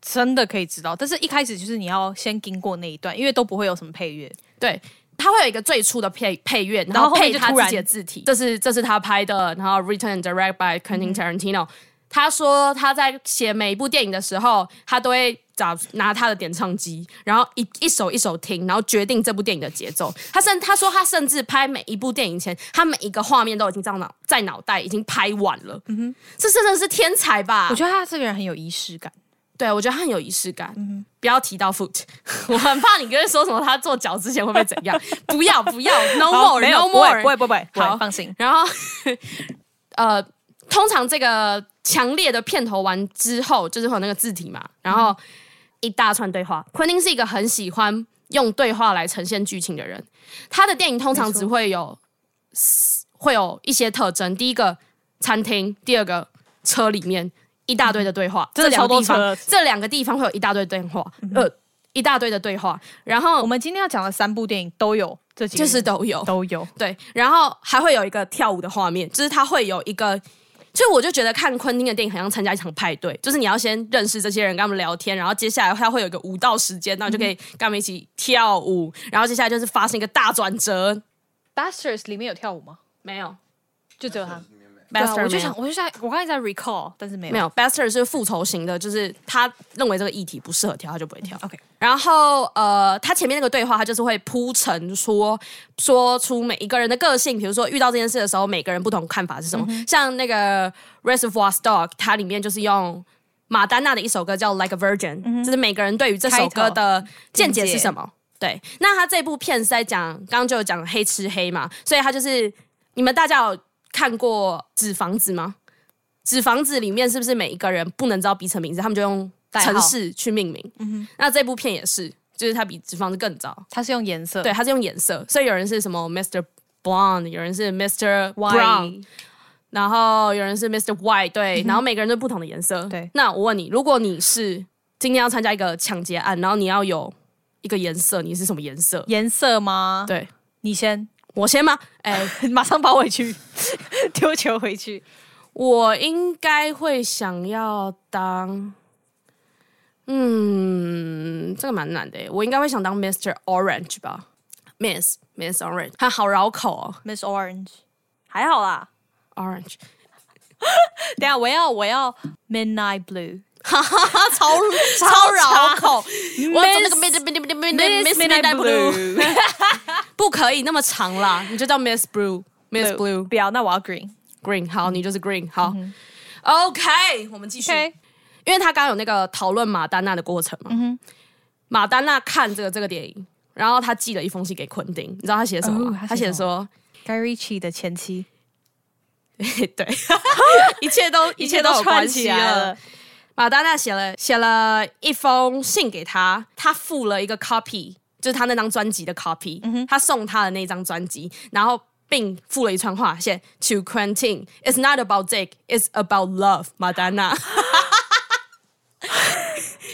Speaker 2: 真的可以知道。但是一开始就是你要先经过那一段，因为都不会有什么配乐。
Speaker 3: 对，他会有一个最初的配配乐，
Speaker 2: 然后后
Speaker 3: 配
Speaker 2: 面就
Speaker 3: 他
Speaker 2: 突然
Speaker 3: 自己的字体。这是这是他拍的，然后 written and direct by
Speaker 2: 嗯
Speaker 3: Quentin Tarantino。他说他在写每一部电影的时候，他都会找拿他的点唱机，然后一一首一首听，然后决定这部电影的节奏。他甚他说他甚至拍每一部电影前，他每一个画面都已经在脑在脑袋已经拍完了。嗯哼，这真的是天才吧？
Speaker 2: 我觉得他这个人很有仪式感，
Speaker 3: 对，我觉得他很有仪式感。
Speaker 2: 嗯
Speaker 3: 不要提到 foot，我 [laughs] 很怕你跟他说什么他做脚之前会不会怎样。不要不要
Speaker 2: [laughs]
Speaker 3: ，no
Speaker 2: 好
Speaker 3: more
Speaker 2: 没有
Speaker 3: no
Speaker 2: 不会
Speaker 3: more，
Speaker 2: 不会不会，不会
Speaker 3: 好
Speaker 2: 放心。
Speaker 3: 然后呃，通常这个强烈的片头完之后，就是会有那个字体嘛，然后一大串对话。昆汀是一个很喜欢用对话来呈现剧情的人，他的电影通常只会有四会有一些特征，第一个餐厅，第二个车里面一大堆的对话，
Speaker 2: 真的
Speaker 3: 这
Speaker 2: 嗯
Speaker 3: 两个
Speaker 2: 超多
Speaker 3: 地方
Speaker 2: 车，嗯
Speaker 3: 这两个地方会有一大堆对话，呃，一大堆的对话，然后
Speaker 2: 我们今天要讲的三部电影都有这几个
Speaker 3: 就
Speaker 2: 人，
Speaker 3: 是都有，
Speaker 2: 都有。
Speaker 3: 对，然后还会有一个跳舞的画面，就是它会有一个，就我就觉得看昆汀的电影很像参加一场派对，就是你要先认识这些人，跟他们聊天，然后接下来他会有一个舞蹈时间，然后就可以跟他们一起跳舞，然后接下来就是发生一个大转折，
Speaker 2: Bastards 里面有跳舞吗？
Speaker 3: 没有，
Speaker 2: 就只有他
Speaker 5: 里面没有
Speaker 3: 啊
Speaker 2: Master，、我就
Speaker 3: 没有
Speaker 2: 想，我就想，我刚才在 recall，但是没有。
Speaker 3: 没有，Bester 是复仇型的，就是他认为这个议题不适合跳，他就不会跳。
Speaker 2: OK
Speaker 3: 然后呃，他前面那个对话，他就是会铺陈说说出每一个人的个性，比如说遇到这件事的时候，每个人不同看法是什么。像那个 Reservoir s t o c k 它里面就是用马丹娜的一首歌叫《Like a Virgin、就是每个人对于这首歌的见解是什么。对，那他这部片是在讲，刚刚就有讲黑吃黑嘛，所以他就是你们大家有看过《纸房子》吗？纸房子里面是不是每一个人不能知道彼此的名字，他们就用
Speaker 2: 号嗯
Speaker 3: 城市去命名？那这部片也是，就是它比纸房子更早，
Speaker 2: 它是用颜色，
Speaker 3: 对，，它是用颜色，所以有人是什么 Mr. Blonde，有人是 Mr. Brown，
Speaker 2: y
Speaker 3: 然后有人是 Mr. White，对，然后每个人都不同的颜色。
Speaker 2: 嗯对
Speaker 3: 那我问你，如果你是今天要参加一个抢劫案，然后你要有一个颜色，你是什么颜色？
Speaker 2: 颜色吗？，
Speaker 3: 对
Speaker 2: 你先， [laughs]
Speaker 3: 我先吗？哎、
Speaker 2: 马上跑回去， [laughs] 丢球回去。
Speaker 3: 我应该会想要当，嗯，这个蛮难的耶。我应该会想当 Mr. Orange 吧，Miss Miss Orange，它好绕口哦
Speaker 2: Miss Orange，还好啦。
Speaker 3: ，Orange，
Speaker 2: 等一下我要我要 Midnight [laughs] Blue，
Speaker 3: 它超超绕口。我要做那个 Miss Miss Midnight Blue，不 [laughs] 可以那么长啦，你就叫 Miss Blue，Miss Blue
Speaker 2: 不要，那我要 Green。
Speaker 3: Green，好，你就是 Green，好。OK，我们嗯继续。
Speaker 2: OK，
Speaker 3: 因为他刚刚有那个讨论马丹娜的过程嘛，马丹娜看这个这个电影，然后他寄了一封信给昆汀，你知道他写什么
Speaker 2: 哦
Speaker 3: 吗？他
Speaker 2: 他写
Speaker 3: 写
Speaker 2: 什
Speaker 3: 说，
Speaker 2: Guy Ritchie 的前妻，
Speaker 3: [laughs] 对，一切都 [laughs] 一切都有关系啊了。。马丹娜写了写了一封信给他，他附了一个 copy，就是他那张专辑的 copy，、他送他的那张专辑，然后并附了一串话，写 To Quentin, it's not about Dick, it's about love，马丹娜。 [laughs]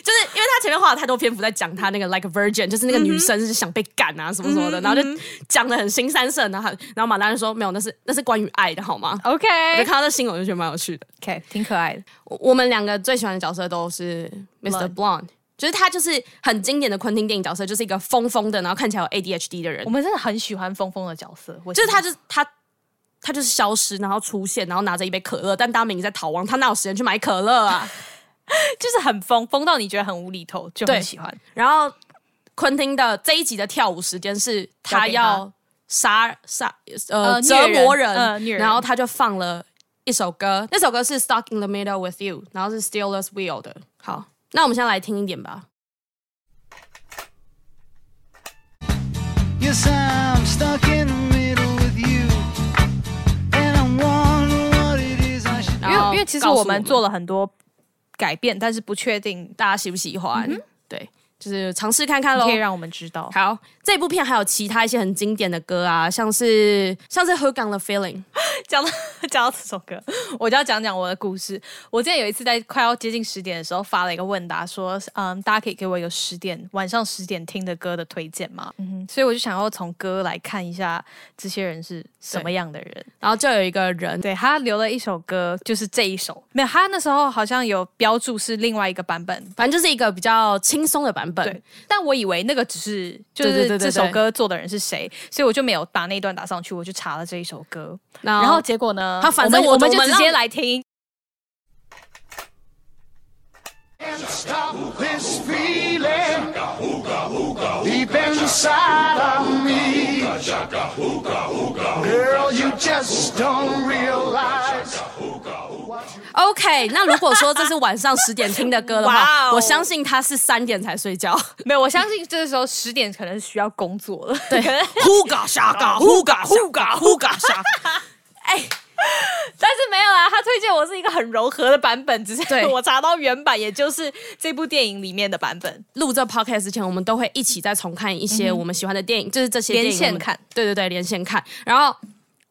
Speaker 3: 就是因为他前面花了太多篇幅在讲他那个 like a virgin，就是那个女生是想被赶啊什么什么的，然后就讲的很新三色，然后他然后马丹娜说没有，那是那是关于爱的好吗？
Speaker 2: OK
Speaker 3: 我就看到这新闻，我就觉得蛮有趣的。
Speaker 2: OK，挺可爱的。
Speaker 3: 我我们两个最喜欢的角色都是 Mr.
Speaker 2: Blonde
Speaker 3: Blonde，就是他就是很经典的昆汀电影角色，就是一个疯疯的，然后看起来有 ADHD 的人
Speaker 2: 我，们真的很喜欢峰峰的角色，
Speaker 3: 就是他
Speaker 2: 就
Speaker 3: 就是他。他就是消失，然后出现，然后拿着一杯可乐，但大明在逃亡，他哪有时间去买可乐
Speaker 2: [laughs]
Speaker 3: 啊？
Speaker 2: 就是很疯，疯到你觉得很无厘头，就
Speaker 3: 对
Speaker 2: 很喜欢。
Speaker 3: 然后昆汀的这一集的跳舞时间是他
Speaker 2: 要给
Speaker 3: 要杀杀呃
Speaker 2: 呃
Speaker 3: 折
Speaker 2: 虐人
Speaker 3: 磨人，
Speaker 2: 呃虐人
Speaker 3: 然后他就放了一首歌，那首歌是《Stuck in the Middle with You》，然后是 Steelers Wheel 的。好，那我们先来听一点吧。
Speaker 6: Yes, I'm stuck in the middle with you. And I'm wondering what it is I should
Speaker 2: 因
Speaker 3: 因
Speaker 2: 为因为其实我们做了很多改变，但是不确定，你
Speaker 3: 大家喜不喜欢，
Speaker 2: 嗯
Speaker 3: 对，就是尝试看看喽
Speaker 2: 可。以让我们知道。
Speaker 3: 好，这部片还有其他一些很经典的歌啊，像是像是《Hook on
Speaker 2: [laughs]
Speaker 3: the Feeling》，
Speaker 2: 讲到讲到这首歌，我就要讲讲我的故事。我之前有一次在快要接近十点的时候发了一个问答，说，嗯，大家可以给我一个十点晚上十点听的歌的推荐吗？嗯哼，所以我就想要从歌来看一下这些人是什么样的人。
Speaker 3: 然后就有一个人，
Speaker 2: 对他留了一首歌，就是这一首，没有他那时候好像有标注是另外一个版本。
Speaker 3: 反正就是一个比较轻松的版本
Speaker 2: 对。，但我以为那个只是就
Speaker 3: 对对
Speaker 2: 是
Speaker 3: 对对
Speaker 2: 这首
Speaker 3: 对
Speaker 2: 歌做的人是谁，所以我就没有把那一段打上去，我就查了这一首歌。
Speaker 3: 然
Speaker 2: 然
Speaker 3: [laughs]
Speaker 2: 后结果呢？
Speaker 3: 好反正
Speaker 2: 我们
Speaker 3: 我
Speaker 2: 我们
Speaker 3: 们
Speaker 2: 就直接
Speaker 3: 让
Speaker 2: 来听。
Speaker 6: stop this feeling deep inside of me. Girl, you just don't realize.
Speaker 3: OK，那如果说这是晚上十点听的歌的话，
Speaker 2: [laughs] 哇哦
Speaker 3: 我相信他是三点才睡觉。
Speaker 2: 没有，我相信这时候十点可能是需要工作了。对，
Speaker 3: [laughs] 呼嘎沙
Speaker 2: [laughs]
Speaker 3: 嘎，呼嘎呼嘎呼嘎沙。
Speaker 2: 哎但是没有啦，他推荐我是一个很柔和的版本，只是
Speaker 3: 对
Speaker 2: [laughs] 我查到原版，也就是这部电影里面的版本。
Speaker 3: 录这 podcast 之前，我们都会一起再重看一些我们喜欢的电影，就是这些电
Speaker 2: 嗯
Speaker 3: 影
Speaker 2: 连线
Speaker 3: 我们
Speaker 2: 看。
Speaker 3: 对对对，连线看。然后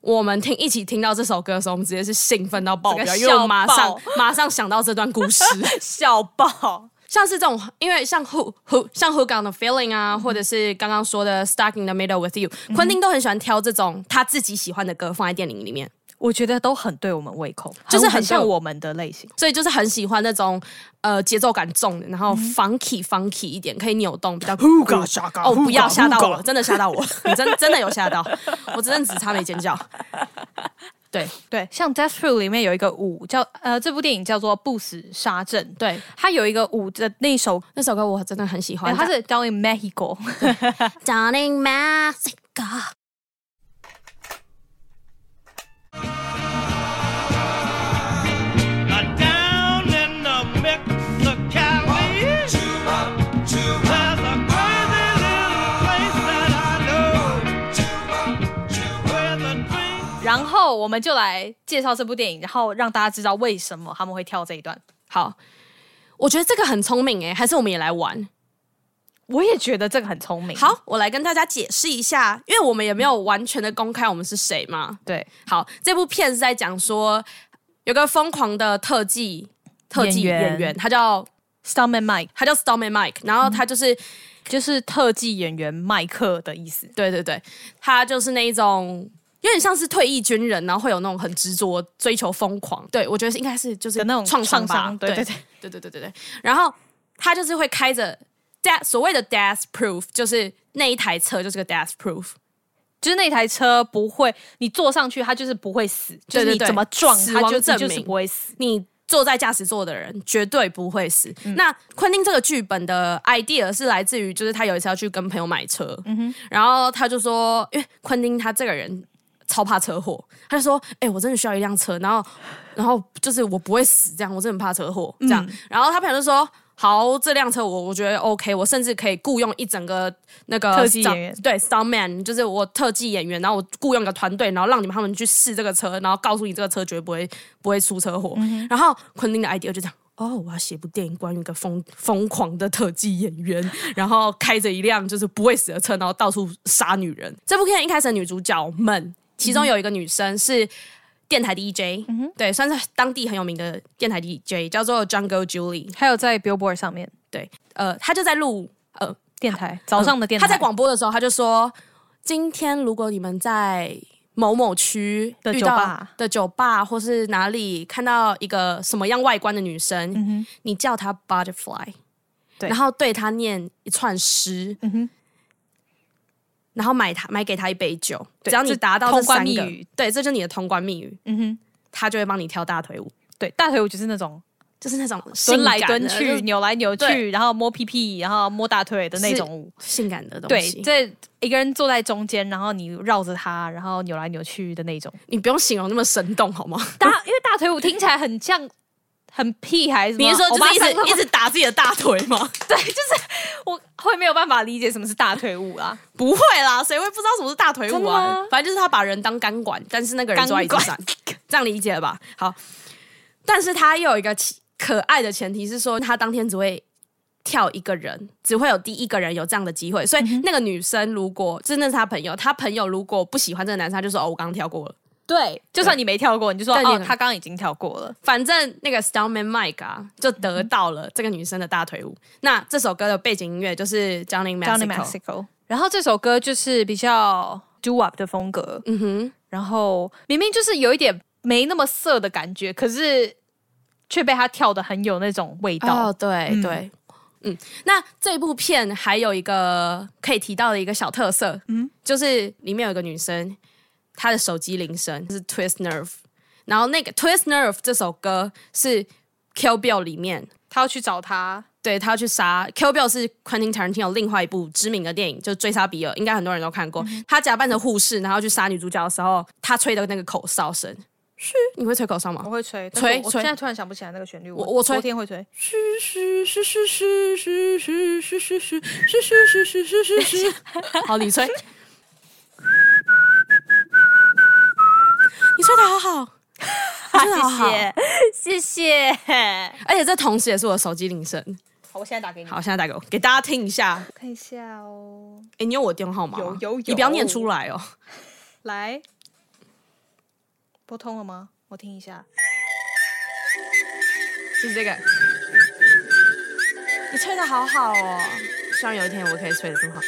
Speaker 3: 我们听一起听到这首歌的时候，我们直接是兴奋到爆
Speaker 2: 整
Speaker 3: 表，
Speaker 2: 个
Speaker 3: 因为我马
Speaker 2: 笑
Speaker 3: 上
Speaker 2: 爆
Speaker 3: 马上想到这段故
Speaker 2: [laughs]
Speaker 3: 事。
Speaker 2: 笑爆！
Speaker 3: 像是这种，因为像 Who Who 像 Who Got the Feeling 啊，
Speaker 2: 嗯
Speaker 3: 或者是刚刚说的 Stuck in the Middle with You，、昆汀都很喜欢挑这种他自己喜欢的歌放在电影里面。
Speaker 2: 我觉得都很对我们胃口，
Speaker 3: 就是很
Speaker 2: 很像
Speaker 3: 对我
Speaker 2: 我们的类型。
Speaker 3: 所以就是很喜欢那种呃节奏感重的，然后
Speaker 2: 嗯
Speaker 3: funky funky 一点，可以扭动，比较哦，不
Speaker 2: [laughs]
Speaker 3: 要吓到我，真的吓到我，你真真的有吓到，我真的只差没尖叫。对
Speaker 2: 对，像《Desperate》里面有一个舞叫呃，这部电影叫做《不死沙阵》，
Speaker 3: 对，
Speaker 2: 它有一个舞的那首，
Speaker 3: 那首歌我真的很喜
Speaker 2: 呃
Speaker 3: 欢，
Speaker 2: 它是 Down in [laughs] Mexico，
Speaker 3: Darling Mexico。
Speaker 7: Down in the Mexicali There's a crazy little place that I know Where the dreams
Speaker 2: 然后我们就来介绍这部电影，然后让大家知道为什么他们会跳这一段。
Speaker 3: 好，我觉得这个很聪明哎、还是我们也来玩。
Speaker 2: 我也觉得这个很聪明。，
Speaker 3: 好，我来跟大家解释一下，因为我们也没有完全的公开我们是谁嘛。
Speaker 2: 对，
Speaker 3: 好，这部片是在讲说有个疯狂的特技特技
Speaker 2: 演
Speaker 3: 演
Speaker 2: 员
Speaker 3: 员，他叫
Speaker 2: Stuntman Mike
Speaker 3: 他叫 Stormy Mike，然后他就是、
Speaker 2: 就是特技演员麦克的意思。
Speaker 3: 对对对，他就是那一种。有点像是退役军人，然后会有那种很执着、追求疯狂。对我觉得是应该是就是
Speaker 2: 的那种
Speaker 3: 创
Speaker 2: 创
Speaker 3: 伤吧
Speaker 2: 伤，对对
Speaker 3: 对
Speaker 2: 对
Speaker 3: 对对对对对。然后他就是会开着 death 所谓的 death proof，就是那一台车就是个 death proof，
Speaker 2: 就是那台车不会，你坐上去它就是不会死，就
Speaker 3: 对
Speaker 2: 是你
Speaker 3: 对对
Speaker 2: 怎么撞
Speaker 3: 死
Speaker 2: 它
Speaker 3: 亡
Speaker 2: 就你
Speaker 3: 证
Speaker 2: 就是
Speaker 3: 明
Speaker 2: 不会死。
Speaker 3: 你坐在驾驶座的人绝对不会死。那昆汀这个剧本的 idea 是来自于，就是他有一次要去跟朋友买车，然后他就说，因为昆汀他这个人。超怕车祸，他就说：“哎、我真的需要一辆车，然后，然后就是我不会死，这样我真的很怕车祸，
Speaker 2: 嗯
Speaker 3: 这样。然后他朋友就说：“好，这辆车我我觉得 OK，我甚至可以雇佣一整个那个
Speaker 2: 特技
Speaker 3: 长
Speaker 2: 演员
Speaker 3: 对 stuntman，就是我特技演员，然后我雇佣一个团队，然后让你们他们去试这个车，然后告诉你这个车绝对不会不会出车祸。
Speaker 2: 嗯
Speaker 3: 然后昆汀的 idea 就这样。哦，我要写部电影关于一个疯疯狂的特技演员， [laughs] 然后开着一辆就是不会死的车，然后到处杀女人。这部片一开始的女主角们，
Speaker 2: 嗯
Speaker 3: 其中有一个女生是电台 DJ，、对，算是当地很有名的电台 DJ，叫做 Jungle Julie。
Speaker 2: 还有在 Billboard 上面
Speaker 3: 对，呃，她就在录呃
Speaker 2: 电台早上的电台，
Speaker 3: 他在广播的时候，他就说：“今天如果你们在某某区
Speaker 2: 的
Speaker 3: 遇
Speaker 2: 酒
Speaker 3: 到
Speaker 2: 吧
Speaker 3: 的酒吧或是哪里看到一个什么样外观的女生，你叫她 butterfly，
Speaker 2: 嗯对嗯
Speaker 3: 然后对她念一串诗，然后买她买给她一杯酒，
Speaker 2: 对
Speaker 3: 只要
Speaker 2: 这
Speaker 3: 你达到这
Speaker 2: 通关
Speaker 3: 三个
Speaker 2: 密语，
Speaker 3: 对，这就是你的通关密语，
Speaker 2: 嗯哼，
Speaker 3: 她就会帮你跳大腿舞，
Speaker 2: 对，大腿舞就是那种
Speaker 3: 就是那种
Speaker 2: 蹲来
Speaker 3: 性感的
Speaker 2: 蹲去、
Speaker 3: 就是
Speaker 2: 扭来扭去，
Speaker 3: 对
Speaker 2: 然后摸屁屁，然后摸大腿的那
Speaker 3: 是
Speaker 2: 种舞。
Speaker 3: 性感的东
Speaker 2: 对
Speaker 3: 西，，
Speaker 2: 这一个人坐在中间，然后你绕着他，然后扭来扭去的那种。
Speaker 3: 你不用形容那么生动好吗？
Speaker 2: 大，因为大腿舞听起来很像很屁孩，
Speaker 3: [laughs] 你是说就是一直一
Speaker 2: 直 [laughs]
Speaker 3: 直打自己的大腿吗？
Speaker 2: 对，就是我会没有办法理解什么是大腿舞啊。
Speaker 3: [laughs] 不会啦，谁会不知道什么是大腿
Speaker 2: 真
Speaker 3: 舞
Speaker 2: 的
Speaker 3: 啊
Speaker 2: 吗？
Speaker 3: 反正就是他把人当钢管，但是那个人坐在椅子上， [laughs] 这样理解了吧？好，但是他又有一个其可爱的前提是说，他当天只会跳一个人，只会有第一个人有这样的机会。所以那个女生如果真的是他朋友，他朋友如果不喜欢这个男生，他就说哦，我刚刚跳过了。
Speaker 2: 对，就算你没跳过，你就说
Speaker 3: 对你
Speaker 2: 哦，
Speaker 3: 也能
Speaker 2: 他刚刚已经跳过了。
Speaker 3: 反正那个 Stuntman Mike 啊，就得到了这个女生的大腿舞。那这首歌的背景音乐就是 Johnny
Speaker 2: Johnny
Speaker 3: Mexico。
Speaker 2: Mexico。然后这首歌就是比较 do up 的风格，
Speaker 3: 嗯哼，
Speaker 2: 然后明明就是有一点没那么色的感觉，可是却被他跳的很有那种味道。
Speaker 3: 哦，对、对，嗯，那这部片还有一个可以提到的一个小特色，嗯，就是里面有一个女生，她的手机铃声是 Twist Nerve，然后那个 Twist Nerve 这首歌是 Kill Bill 里面。
Speaker 2: 他要去找他，
Speaker 3: 对他要去杀 Kill Bill 是 Quentin Tarantino 另外一部知名的电影，就是《追杀比尔》，应该很多人都看
Speaker 2: 嗯
Speaker 3: 过。他假扮成护士，然后去杀女主角的时候，他吹的那个口哨声，嘘，你会吹口哨吗？
Speaker 2: 我会吹，
Speaker 3: 但是吹我
Speaker 2: 我现
Speaker 3: 我吹现
Speaker 2: 在
Speaker 3: 在
Speaker 2: 突然想不起来那个旋律，
Speaker 3: 我我
Speaker 2: 昨天
Speaker 3: 吹昨天
Speaker 2: 会 [laughs] 吹。
Speaker 3: 是是是是是是是是是是是是是是是， [laughs] 好，你吹，你吹的好好，你吹的好好，
Speaker 2: 谢谢，
Speaker 3: 而且这同时也是我的手机铃声。
Speaker 2: 好，我现在打给你，
Speaker 3: 好，现在打给我，给大家听一下。
Speaker 2: 看一下哦。
Speaker 3: 哎，你有我电话号码吗？
Speaker 2: 有有有
Speaker 3: 你不要念出来哦。
Speaker 2: 来，拨通了吗？我听一下。
Speaker 3: 是这个，你吹的好好哦，希望有一天我可以吹的这么好。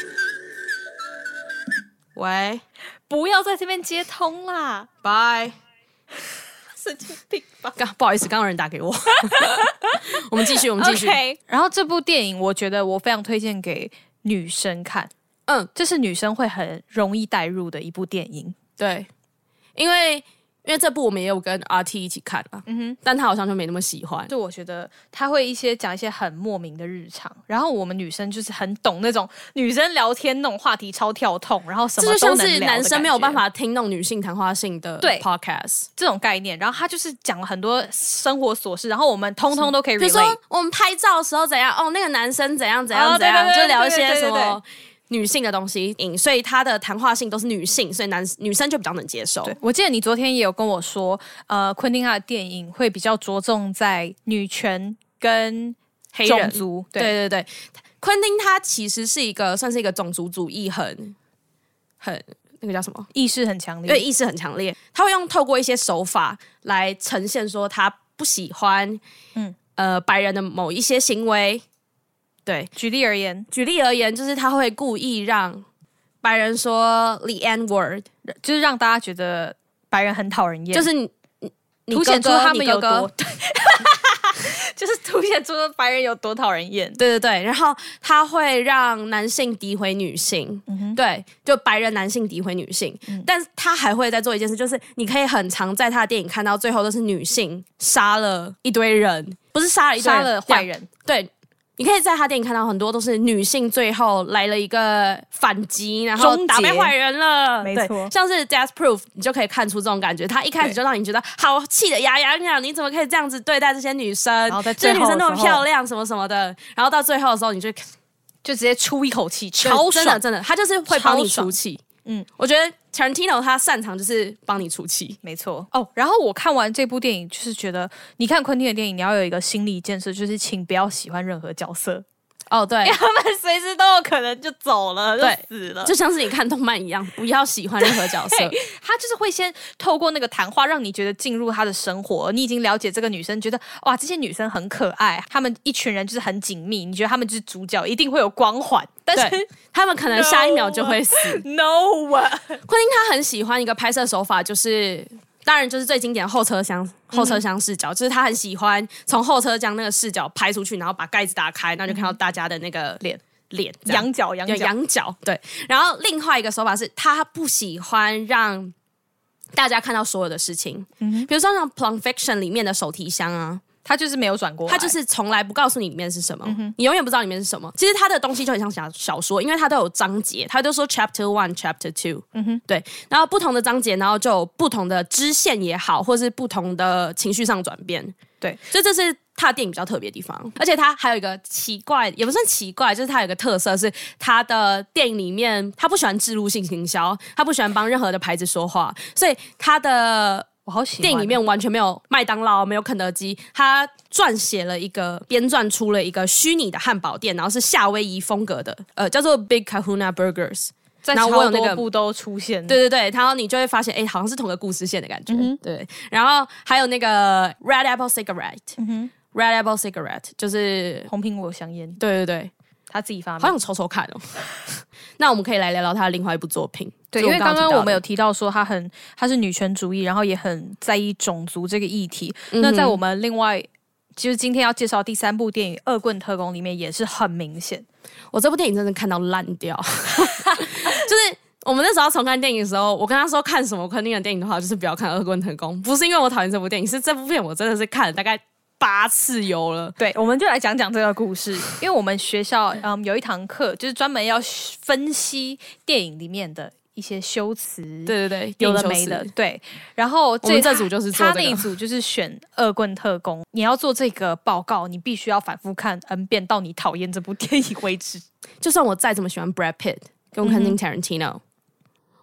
Speaker 3: 喂，
Speaker 2: 不要在这边接通啦，
Speaker 3: 拜。
Speaker 2: 神经病吧。
Speaker 3: 刚不好意思，刚有人打 [laughs] 给我。我们继续，我们继续。
Speaker 2: OK，然后这部电影我觉得我非常推荐给女生看，
Speaker 3: 嗯，
Speaker 2: 这是女生会很容易带入的一部电影。
Speaker 3: 对，因为因为这部我们也有跟 RT 一起看啊，但他好像就没那么喜欢。
Speaker 2: 就我觉得他会一些讲一些很莫名的日常，然后我们女生就是很懂那种女生聊天那种话题超跳痛，然后什
Speaker 3: 这
Speaker 2: 么
Speaker 3: 就像
Speaker 2: 都能
Speaker 3: 是
Speaker 2: 聊
Speaker 3: 男
Speaker 2: 的
Speaker 3: 生
Speaker 2: 感
Speaker 3: 没有
Speaker 2: 觉
Speaker 3: 办法听那种女性谈话性的
Speaker 2: 对
Speaker 3: podcast，
Speaker 2: 这种概念，然后他就是讲了很多生活琐事，然后我们通通都可以
Speaker 3: 比如说
Speaker 2: relate。
Speaker 3: 我们拍照的时候怎样，哦，那个男生怎样怎样
Speaker 2: 哦
Speaker 3: 怎
Speaker 2: 对
Speaker 3: 样，
Speaker 2: 对对
Speaker 3: 就聊一些
Speaker 2: 对对
Speaker 3: 什
Speaker 2: 对对
Speaker 3: 么女性的东西，嗯所以他的谈话性都是女性，所以男女生就比较能接受。
Speaker 2: 对，我记得你昨天也有跟我说，呃，昆汀他的电影会比较着重在女权跟
Speaker 3: 黑
Speaker 2: 种
Speaker 3: 人
Speaker 2: 族，对
Speaker 3: 对对对，昆汀他其实是一个算是一个种族主义很很那个叫什么？
Speaker 2: 意识很强
Speaker 3: 因为
Speaker 2: 烈。
Speaker 3: 意识很强烈，他会用透过一些手法来呈现说他不喜欢，嗯
Speaker 2: 嗯
Speaker 3: 呃，白人的某一些行为。对，
Speaker 2: 举例而言，
Speaker 3: 举例而言，就是他会故意让白人说 the n word，
Speaker 2: 就是让大家觉得白人很讨人厌，
Speaker 3: 就是你你你
Speaker 2: 凸显出
Speaker 3: 哥哥
Speaker 2: 他们
Speaker 3: 你哥
Speaker 2: 有
Speaker 3: 哥
Speaker 2: 多， [laughs] 就是凸显出白人有多讨人厌。
Speaker 3: [laughs] 对对对，然后他会让男性诋毁女性，
Speaker 2: 嗯
Speaker 3: 对，就白人男性诋毁女性，但是他还会再做一件事，就是你可以很常在他的电影看到最后都是女性杀了一堆人，不是杀了一堆
Speaker 2: 杀
Speaker 3: 人
Speaker 2: 了坏，人，
Speaker 3: 对。你可以在他电影看到很多都是女性最后来了一个反击，然后
Speaker 2: 终结
Speaker 3: 打败坏人了。
Speaker 2: 没
Speaker 3: 对
Speaker 2: 错
Speaker 3: 像是《Death Proof》，你就可以看出这种感觉。他一开
Speaker 2: 对
Speaker 3: 始就让你觉得好气得牙痒痒，你怎么可以这样子对待这些女生？
Speaker 2: 然后在最
Speaker 3: 这些女
Speaker 2: 后的
Speaker 3: 生那么
Speaker 2: 时候
Speaker 3: 漂亮，什么什么的。然后到最后的时候，你就
Speaker 2: 就直接出一口气，超
Speaker 3: 真的
Speaker 2: 爽，
Speaker 3: 真的，他就是会帮你
Speaker 2: 超爽
Speaker 3: 出气。嗯
Speaker 2: 嗯，
Speaker 3: 我觉得 Tarantino 他擅长就是帮你出气。
Speaker 2: 没错哦。然后我看完这部电影，就是觉得你看昆汀的电影，你要有一个心理建设，就是请不要喜欢任何角色，
Speaker 3: 哦，对
Speaker 2: 因为，他们随时都有可能就走了，就
Speaker 3: 对
Speaker 2: 死了。
Speaker 3: [laughs] 就像是你看动漫一样，不要喜欢任何
Speaker 2: [laughs]
Speaker 3: 角色。
Speaker 2: 他就是会先透过那个谈话，让你觉得进入她的生活，你已经了解这个女生，觉得哇，这些女生很可爱，她们一群人就是很紧密，你觉得她们就是主角，一定会有光环。但
Speaker 3: 对
Speaker 2: 是，
Speaker 3: 他们可能下一秒就会死。
Speaker 2: [laughs] no [laughs] 啊，
Speaker 3: 昆汀他很喜欢一个拍摄手法，就是当然就是最经典的后车
Speaker 2: 嗯
Speaker 3: 厢后车厢视角，就是他很喜欢从后车厢那个视角拍出去，然后把盖子打开，然后就看到大家的那个
Speaker 2: 脸
Speaker 3: 脸这样
Speaker 2: 羊角羊
Speaker 3: 有
Speaker 2: 角，
Speaker 3: 羊角，对。然后另外一个手法是，他不喜欢让大家看到所有的事情，
Speaker 2: 嗯
Speaker 3: 比如说像《Plum Fiction》里面的手提箱啊，
Speaker 2: 他就是没有转过来，
Speaker 3: 他就是从来不告诉你里面是什么，你永远不知道里面是什么。其实他的东西就很像小小说，因为它都有章节，他都说 Chapter One、Chapter Two，嗯哼，对。然后不同的章节，然后就有不同的支线也好，或是不同的情绪上转变，
Speaker 2: 对。
Speaker 3: 所以这是他的电影比较特别的地方。而且他还有一个奇怪，也不算奇怪，就是他有一个特色是他的电影里面他不喜欢植入性行销，他不喜欢帮任何的牌子说话，所以他的
Speaker 2: 我好喜欢哦
Speaker 3: 电影里面完全没有麦当劳，没有肯德基，他撰写了一个编撰出了一个虚拟的汉堡店，然后是夏威夷风格的，呃，叫做 Big Kahuna Burgers。
Speaker 2: 在
Speaker 3: 然
Speaker 2: 超
Speaker 3: 后我有那个
Speaker 2: 多部都出现，
Speaker 3: 对对对，然后你就会发现，哎、好像是同个故事线的感
Speaker 2: 嗯
Speaker 3: 觉。对，然后还有那个 Red Apple Cigarette，、Red
Speaker 2: 嗯
Speaker 3: Apple Cigarette 就是，
Speaker 2: 红苹果香烟，
Speaker 3: 对对对，
Speaker 2: 他自己发明
Speaker 3: 好。想抽抽看哦。 [laughs] 那我们可以来聊聊他的另外一部作品，
Speaker 2: 对，
Speaker 3: 就
Speaker 2: 因为刚
Speaker 3: 刚
Speaker 2: 刚
Speaker 3: 提到
Speaker 2: 我们
Speaker 3: 的
Speaker 2: 有提到说她很她是女权主义，然后也很在意种族这个议题。那在我们另外就是今天要介绍第三部电影《恶棍特工》里面也是很明显，
Speaker 3: 我这部电影真的看到烂掉， [laughs] 就是。我们那时候重看电影的时候，我跟他说看什么昆汀的电影的话，就是不要看《恶棍特工》，不是因为我讨厌这部电影，是这部片我真的是看了大概八次有了。
Speaker 2: 对，我们就来讲讲这个故事， [laughs] 因为我们学校嗯有一堂课就是专门要分析电影里面的一些修辞，
Speaker 3: 对对对，
Speaker 2: 有的
Speaker 3: 电
Speaker 2: 没
Speaker 3: 影修
Speaker 2: 的
Speaker 3: 辞，，
Speaker 2: 对。然后
Speaker 3: 我们这组就是做
Speaker 2: 他
Speaker 3: 这
Speaker 2: 那
Speaker 3: 个
Speaker 2: 一组就是选恶棍特工，你要做这个报告，你必须要反复看 n 遍，到你讨厌这部电影为止。
Speaker 3: 就算我再怎么喜欢 Brad Pitt 跟
Speaker 2: 嗯
Speaker 3: 昆汀 Tarantino，、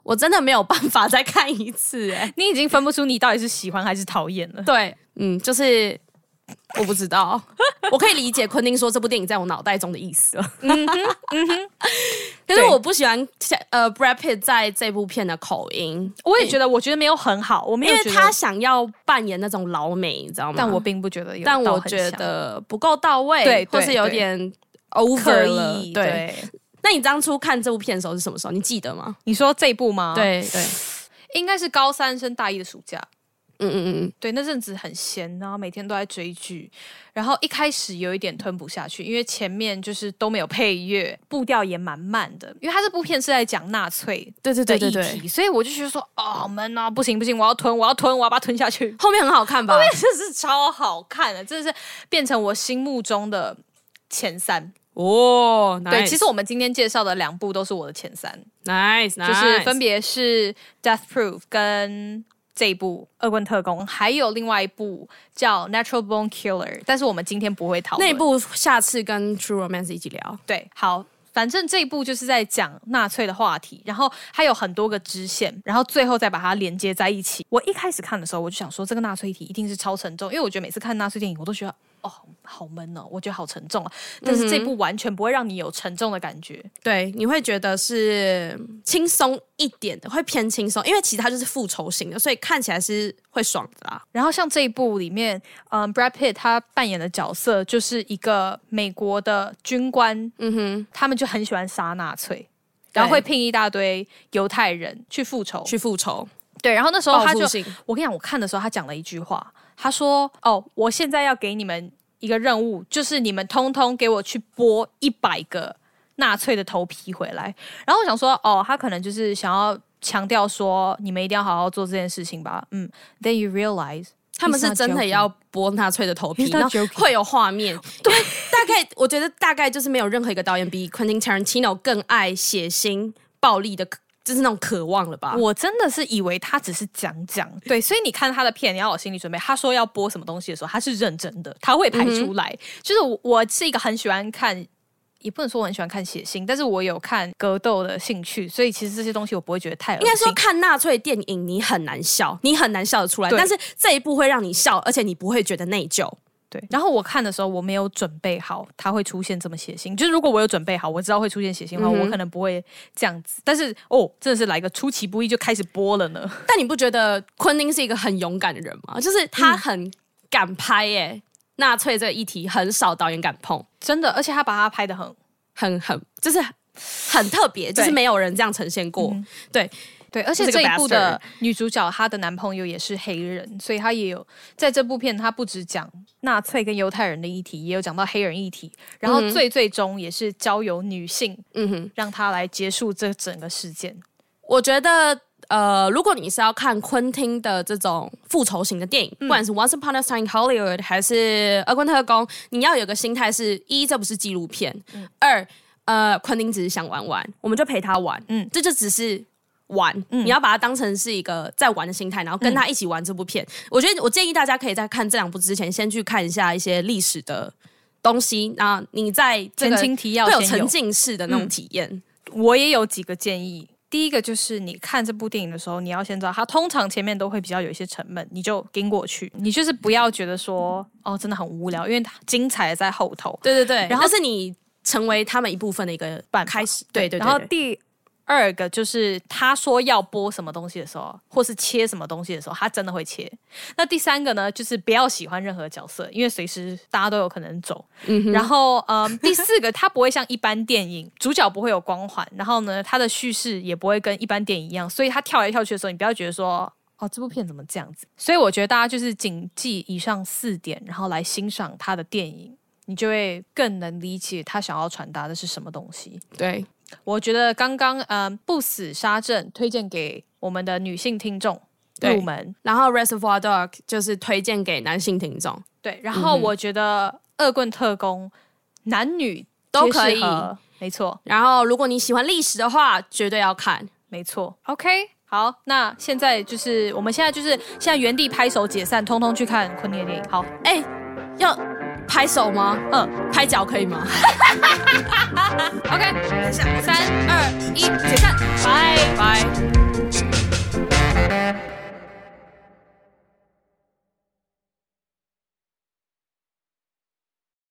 Speaker 3: 我真的没有办法再看一次、哎，
Speaker 2: 你已经分不出你到底是喜欢还是讨厌了。
Speaker 3: [laughs] 对，嗯，就是我不知道，我可以理解昆汀说这部电影在我脑袋中的意思了。嗯哼，嗯哼。 [laughs] 可是
Speaker 2: 对
Speaker 3: 我不喜欢呃 Brad Pitt 在这部片的口音，
Speaker 2: 我也觉得，我觉得没有很好，我没
Speaker 3: 因
Speaker 2: 有
Speaker 3: 为
Speaker 2: 觉得
Speaker 3: 他，想要扮演那种老美，你知道吗？
Speaker 2: 但我并不觉得有到
Speaker 3: 但
Speaker 2: 很像，
Speaker 3: 我觉得不够到位，
Speaker 2: 对
Speaker 3: 或
Speaker 2: 对
Speaker 3: 是有
Speaker 2: 对
Speaker 3: 点
Speaker 2: 可
Speaker 3: over 了。
Speaker 2: 以。对，
Speaker 3: 那你当初看这部片的时候是什么时候？你记得吗？啊
Speaker 2: 你说这部吗？，
Speaker 3: 对对，
Speaker 2: 应该是高三升大一的暑假。
Speaker 3: 嗯嗯嗯嗯，
Speaker 2: 对，那阵子很闲，然后每天都在追剧，然后一开始有一点吞不下去，因为前面就是都没有配乐，步调也蛮慢的，因为它这部片是在讲纳粹
Speaker 3: 对对
Speaker 2: 的
Speaker 3: 对
Speaker 2: 议
Speaker 3: 对
Speaker 2: 题，
Speaker 3: 对，
Speaker 2: 所以我就觉得说，哦，闷啊，不行不行，我要吞，我要吞，我要把它吞下去，
Speaker 3: 后面很好看吧？
Speaker 2: [laughs] 这是超好看的，真的是变成我心目中的前三。
Speaker 3: 哦，
Speaker 2: 对，其实我们今天介绍的两部都是我的前三。
Speaker 3: nice，
Speaker 2: 就是分别是《Death Proof》跟这一部《恶棍特工》，还有另外一部叫《Natural Bone Killer》，但是我们今天不会讨论
Speaker 3: 那一。部，下次跟 True Romance 一起聊。
Speaker 2: 对，好。反正这一部就是在讲纳粹的话题，然后它有很多个支线，然后最后再把它连接在一起。我一开始看的时候，我就想说这个纳粹议题一定是超沉重，因为我觉得每次看纳粹电影，我都觉得哦好闷哦，我觉得好沉重啊。但是这部完全不会让你有沉重的感觉，
Speaker 3: 对，你会觉得是轻松一点的，会偏轻松，因为其实它就是复仇型的，所以看起来是会爽的啦。
Speaker 2: 然后像这一部里面，嗯，Brad Pitt 他扮演的角色就是一个美国的军官，
Speaker 3: 嗯哼，
Speaker 2: 他们就很喜欢杀纳粹，然后会聘一大堆犹太人去复仇。
Speaker 3: 去复仇，
Speaker 2: 对，然后那时候他就
Speaker 3: 报复性，
Speaker 2: 我跟你讲，我看的时候他讲了一句话，他说：“哦，我现在要给你们一个任务，就是你们通通给我去剥一百个纳粹的头皮回来。”然后我想说，哦，他可能就是想要强调说，你们一定要好好做这件事情吧。嗯，Then you realize。
Speaker 3: 他们是真的要剥纳粹的头皮，
Speaker 2: He's not
Speaker 3: 然后
Speaker 2: joking
Speaker 3: 会有画面。对，大概我觉得大概就是没有任何一个导演比 Quentin Tarantino 更爱血腥、暴力的，就是那种渴望了吧？
Speaker 2: 我真的是以为他只是讲讲，对，所以你看他的片，你要有心理准备。他说要播什么东西的时候，他是认真的，他会排出来。就是我我是一个很喜欢看，也不能说我很喜欢看血腥，但是我有看格斗的兴趣，所以其实这些东西我不会觉得太恶
Speaker 3: 应该说
Speaker 2: 心
Speaker 3: 看纳粹电影，你很难笑，你很难笑得出来。
Speaker 2: 对
Speaker 3: 但是这一部会让你笑，而且你不会觉得内疚。
Speaker 2: 对。然后我看的时候，我没有准备好他会出现这么血腥。就是如果我有准备好，我知道会出现血腥的话，我可能不会这样子。但是哦，真的是来个出其不意就开始播了呢。
Speaker 3: 但你不觉得昆汀是一个很勇敢的人吗？就是他很敢拍耶、纳粹这个议题很少导演敢碰，
Speaker 2: 真的，而且他把他拍的很
Speaker 3: 很很就是很特别，就是没有人这样呈现过。对，
Speaker 2: 对，而且
Speaker 3: 就是
Speaker 2: 这
Speaker 3: 个
Speaker 2: 一部的女主角她的男朋友也是黑人，所以她也有在这部片，她不只讲纳粹跟犹太人的议题，也有讲到黑人议题，然后最最终也是交由女性，
Speaker 3: 嗯哼，
Speaker 2: 让她来结束这整个事件。
Speaker 3: 我觉得。呃，如果你是要看昆汀的这种复仇型的电影，不
Speaker 2: 嗯
Speaker 3: 管是《Once Upon a Time in Hollywood》还是《恶棍特工》，你要有个心态是：一，这不是纪录片；
Speaker 2: 嗯
Speaker 3: 二，呃，昆汀只是想玩玩，我们就陪他玩。嗯
Speaker 2: 嗯，
Speaker 3: 这就只是玩，你要把它当成是一个在玩的心态，然
Speaker 2: 嗯
Speaker 3: 后跟他一起玩这部片。我觉得我建议大家可以在看这两部之前，先去看一下一些历史的东西，那你在这个
Speaker 2: 前情提要
Speaker 3: 会有
Speaker 2: 先有
Speaker 3: 沉浸式的那种体验。
Speaker 2: 我也有几个建议。第一个就是你看这部电影的时候，你要先知道它通常前面都会比较有一些沉闷，你就跟过去，你就是不要觉得说哦真的很无聊，因为它精彩在后头。
Speaker 3: 对对对，
Speaker 2: 然后
Speaker 3: 那是你成为他们一部分的一个
Speaker 2: 办法
Speaker 3: 开始，对对对，
Speaker 2: 然后
Speaker 3: 对
Speaker 2: 第二个就是他说要播什么东西的时候，或是切什么东西的时候，他真的会切。那第三个呢，就是不要喜欢任何角色，因为随时大家都有可能走。然后嗯，第四个它不会像一般电影，主角不会有光环，然后呢，它的叙事也不会跟一般电影一样，所以它跳来跳去的时候，你不要觉得说。哦，这部片怎么这样子？所以我觉得大家就是谨记以上四点，然后来欣赏他的电影，你就会更能理解他想要传达的是什么东西。
Speaker 3: 对
Speaker 2: 我觉得刚刚嗯，不死沙阵推荐给我们的女性听众
Speaker 3: 对
Speaker 2: 入门，
Speaker 3: 然后 Reservoir Dog 就是推荐给男性听众，
Speaker 2: 对。然后我觉得恶棍特工男女
Speaker 3: 都
Speaker 2: 皆
Speaker 3: 可以
Speaker 2: 适合没错，
Speaker 3: 然后如果你喜欢历史的话，绝对要看。
Speaker 2: 没错。OK，好，那现在就是我们现在就是现在原地拍手解散，通通去看昆汀的电影。好，
Speaker 3: 哎，要拍手吗？呃
Speaker 2: 嗯
Speaker 3: 拍脚可以吗？
Speaker 2: ，OK，三二一，解散，拜拜。